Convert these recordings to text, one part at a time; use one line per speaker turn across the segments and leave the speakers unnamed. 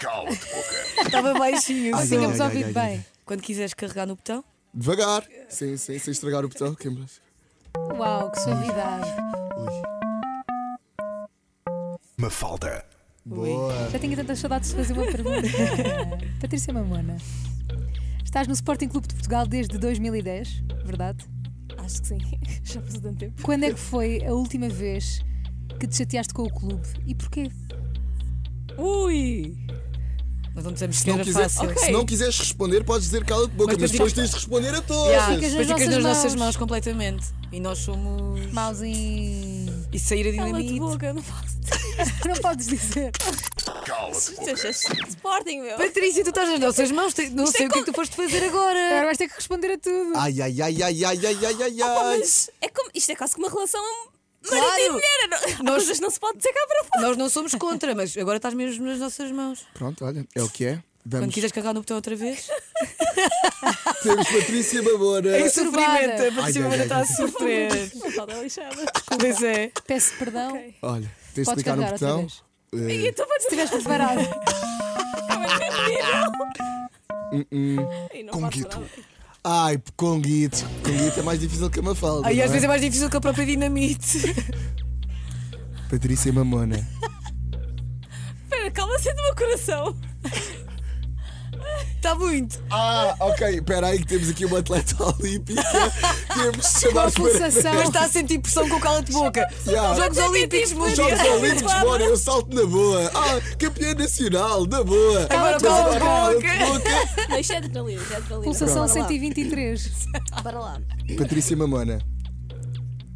Cala-te, boca.
Estava baixinho.
Ai,
sim. um-
ai,
Tínhamos
ai,
ouvido
ai, ai.
bem.
Quando quiseres carregar no botão,
Devagar, sem, sem, sem estragar o botão, é queimas.
Uau, que suavidade.
Ui,
Mafalda.
boa.
Já tenho tantas saudades de fazer uma pergunta. Patrícia Mamona, estás no Sporting Clube de Portugal desde 2010, verdade?
acho que sim. Já passou tanto tempo.
Quando é que foi a última vez que te chateaste com o clube e porquê?
Ui! Nós não dizemos
Se
que
não,
era
quiser,
fácil.
se não quiseres responder, podes dizer cala-te boca, mas,
Mas depois-
depois tens de responder a todos.
Yeah,
Ficas nas
depois ficas nas
nossas
nossas
mãos.
mãos completamente. E nós somos.
Maus em.
E sair a dinamite.
boca, não posso.
Não podes dizer.
Cala-te, boca.
é Sporting, meu.
Patrícia, tu estás nas nossas mãos, te- não sei o que é que tu foste fazer agora.
Agora vais ter que responder a tudo.
Ai, ai, ai, ai, ai, ai, ai, ai, ai.
Mas é como, isto é quase que uma relação marido
Claro.
e mulher. Não,
Nós-
Nós... Às vezes não se pode dizer cá para fora.
Nós não somos contra, mas agora estás mesmo nas nossas mãos.
Pronto, olha, é o que é.
Quando
Vamos.
quiseres carregar no botão outra vez. é
Temos Patrícia Babona.
sofrimento, a
Patrícia Ai, ai, Mamona ai, está a ai.
sofrer.
Não pode é lixada.
Pois é.
Peço perdão.
Olha, tens de
Podes
clicar no
carregar outra
botão.
vez.
Eh,
Eu estou a dizer
Estiveste preparado.
Ai, não
Com
faço
Guito.
nada.
Ai, Conguito. Conguito é mais difícil que a Mafalda.
Aí
não
às
é?
vezes é mais difícil que a própria dinamite.
Patrícia Mamona.
Espera, calma-se do meu coração.
Está Tá muito.
Ah, ok, espera aí que temos aqui uma atleta olímpica. temos
Com
de
a
chamar para
pulsação.
Mas está a sentir pressão com o cala de boca.
Yeah.
Os Jogos Olímpicos, meu
os
Deus.
Jogos Olímpicos, bora, eu salto na boa. Ah, campeão nacional, na boa.
Agora
Mas
cala a
cala-te, boca.
Não, isto é adrenalina, isto é adrenalina.
Pulsação
Bora lá,
123.
Bora lá.
Patrícia Mamona,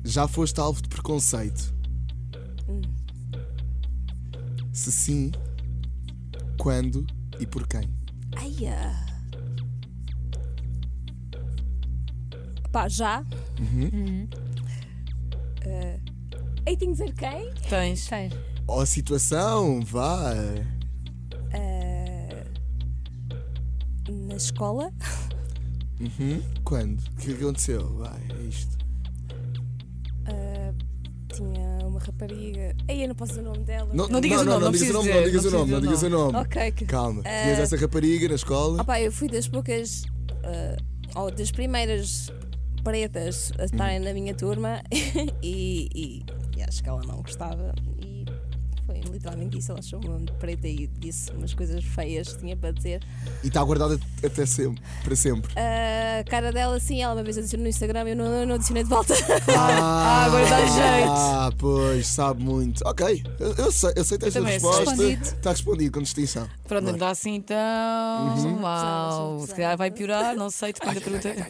já foste alvo de preconceito? Se sim, quando e por quem?
Ai, ah. Pá, já.
Uhum.
Uhum. Ah, aí tenho de dizer quem?
Tens.
Tens.
Ó, situação, vá.
ah, Na escola.
Uhum. Quando? O que aconteceu? Vai, é isto.
Ah, tinha uma rapariga. Aí eu não posso dizer o nome dela.
Não digas o
não,
nome, não
não digas o
precisa
nome,
dizer,
não digas o
não
nome, não
precisa
digas o nome.
Ok. que-
Calma, tinhas
Eh.
essa rapariga na escola.
Opa, eu fui das poucas. ah, ou das primeiras pretas a estarem na minha turma e, e- e acho que ela não gostava. E foi literalmente isso. Ela chamou-me de preta e disse umas coisas feias que tinha para dizer.
E está guardada até sempre, para sempre.
Ah, A cara dela, sim, ela uma vez adicionou no Instagram e eu não, eu não adicionei de volta.
Ah,
agora dá jeito.
Ah, pois, sabe muito. Ok, eu, eu sei, eu sei que esta
também sei.
resposta.
Respondido.
Está respondido, com distinção.
Pronto, não dá assim tão mal.
Pesado,
Se calhar vai piorar, não sei, depende da pergunta.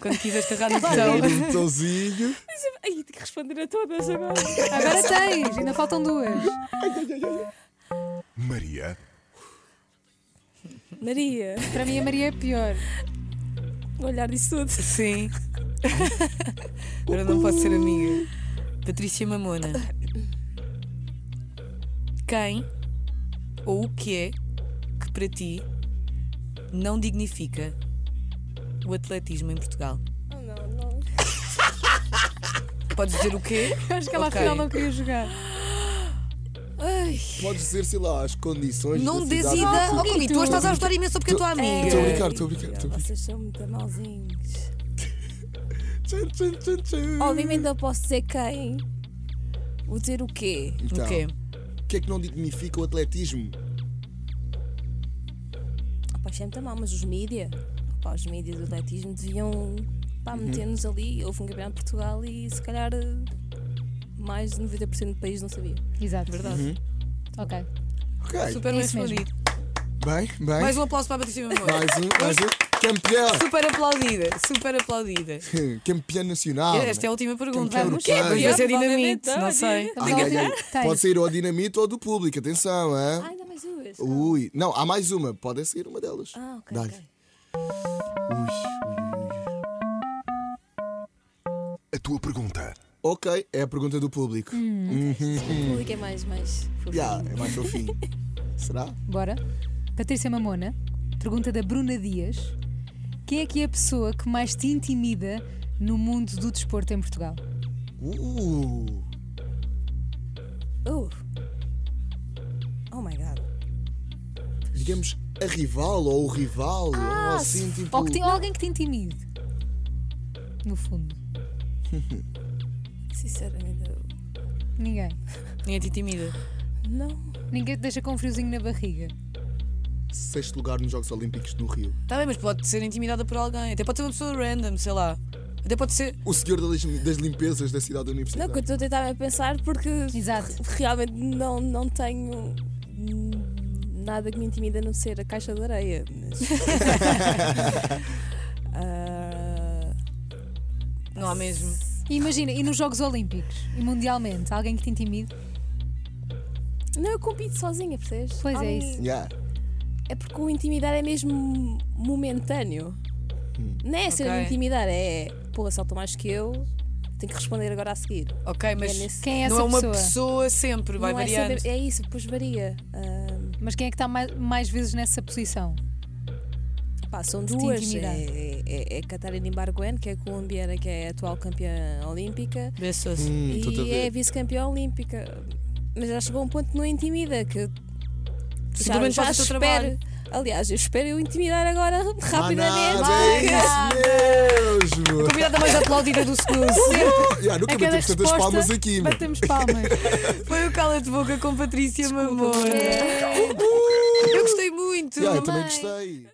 Quando quiseres carregar no
Agora
botão.
um botãozinho.
Ai, tenho que responder a todas agora.
Agora tens, ainda faltam duas.
Maria.
Maria,
Para mim a Maria é pior.
vou olhar disso tudo.
Sim. Agora não posso ser amiga. Patrícia Mamona. Quem ou o que é que para ti não dignifica o atletismo em Portugal?
Oh, não, não.
Podes dizer o quê?
Eu acho que ela
Ok.
afinal não queria jogar.
Ai,
Podes dizer, sei lá, as condições.
não
da
dês
cidade.
ideia. Oh, Comi,
Coquito.
tu hoje estás a ajudar imenso porque é tua amiga.
Estou a brincar, estou a brincar. estou a brincar.
Vocês são muito malzinhos.
Tchan, tchan, tchan, tchan.
Obviamente eu posso dizer quem. Vou dizer o quê?
Então,
O quê?
O que é que não dignifica o atletismo?
Pá, isto é muito mal, mas os mídia, pá, os mídias do atletismo deviam pá,
Uhum.
meter-nos ali. Houve um campeonato de Portugal e se calhar eh, mais de 90% do país não sabia.
Exato.
Verdade.
Ok.
Ok,
Super
É
bem
isso mesmo.
respondido.
bem, bem.
Mais um aplauso para a Patrícia Mamona.
mais um, mais um. Campeão!
Super aplaudida, super aplaudida.
Campeão nacional.
Esta é a última pergunta.
Quem quer o
Vamos
quê?
Mas vai ser dinamite,
Provavelmente,
não sei.
Vamos
Ai,
ao
ai, ai.
fim. Então, Tens.
Pode sair ou a dinamite ou do público, atenção,
Ah,
é?
ainda há mais duas.
Ui, não, há mais uma, pode é sair uma delas.
Ah, ok.
Dá-lhe.
ok.
A tua pergunta.
Ok, é a pergunta do público.
O público é mais, mais.
Yeah, é mais ao fim. Será?
Bora. Patrícia Mamona, pergunta da Bruna Dias: Quem é que é a pessoa que mais te intimida no mundo do desporto em Portugal?
Uh,
Uh. Oh my Oh god.
digamos, a rival ou o rival, ou
Ah,
assim,
se-
tipo.
ou, que te- ou alguém que te intimide. No fundo,
Sinceramente, eu-
ninguém.
Ninguém te intimida.
não.
Ninguém te deixa com um friozinho na barriga. um-
Sexto lugar nos Jogos Olímpicos no Rio.
Está Tá bem, mas pode ser intimidada por alguém. Até pode ser uma pessoa random, sei lá. Até pode ser.
O senhor das, das limpezas da cidade
Não, que eu
universitária.
estou a tentar me pensar porque
Exato.
re- realmente não, não tenho hum, nada que me intimida a não ser a caixa de areia. mas- Ah,
Não há mesmo.
E imagina, e nos Jogos Olímpicos e mundialmente, alguém que te intimide?
não, eu compito sozinha, percebes?
Pois é
Alguém-
isso.
Yeah.
É porque o intimidar é mesmo momentâneo. Não é ser
Ok.
intimidar, é pô, saltou mais que eu, tenho que responder agora a seguir.
Ok, mas
é nesse-
Quem é essa
não é uma
pessoa?
pessoa sempre, vai
não é,
variando.
sempre- é isso, depois varia. Ah,
Mas quem é que está mais, mais vezes nessa posição?
pá, são
De te
duas:
intimidar.
é, é, é Catarina Imbarguen, que é colombiana, que é a atual campeã olímpica,
Pessoas.
Hum, estou-te a
e é
ver.
vice-campeã olímpica. Mas já chegou a um ponto que não intimida, que já,
Simplesmente
já
faz o teu
espero. Aliás, eu espero eu intimidar agora rapidamente.
Manada, é isso mesmo!
Convidada mais aplaudida do segundo. Sempre.
Yeah, nunca
A cada
batemos tantas
resposta,
palmas aqui, meu.
Batemos palmas.
Foi o cala de boca com Patrícia Mamona. Eu gostei muito.
Yeah, eu também gostei.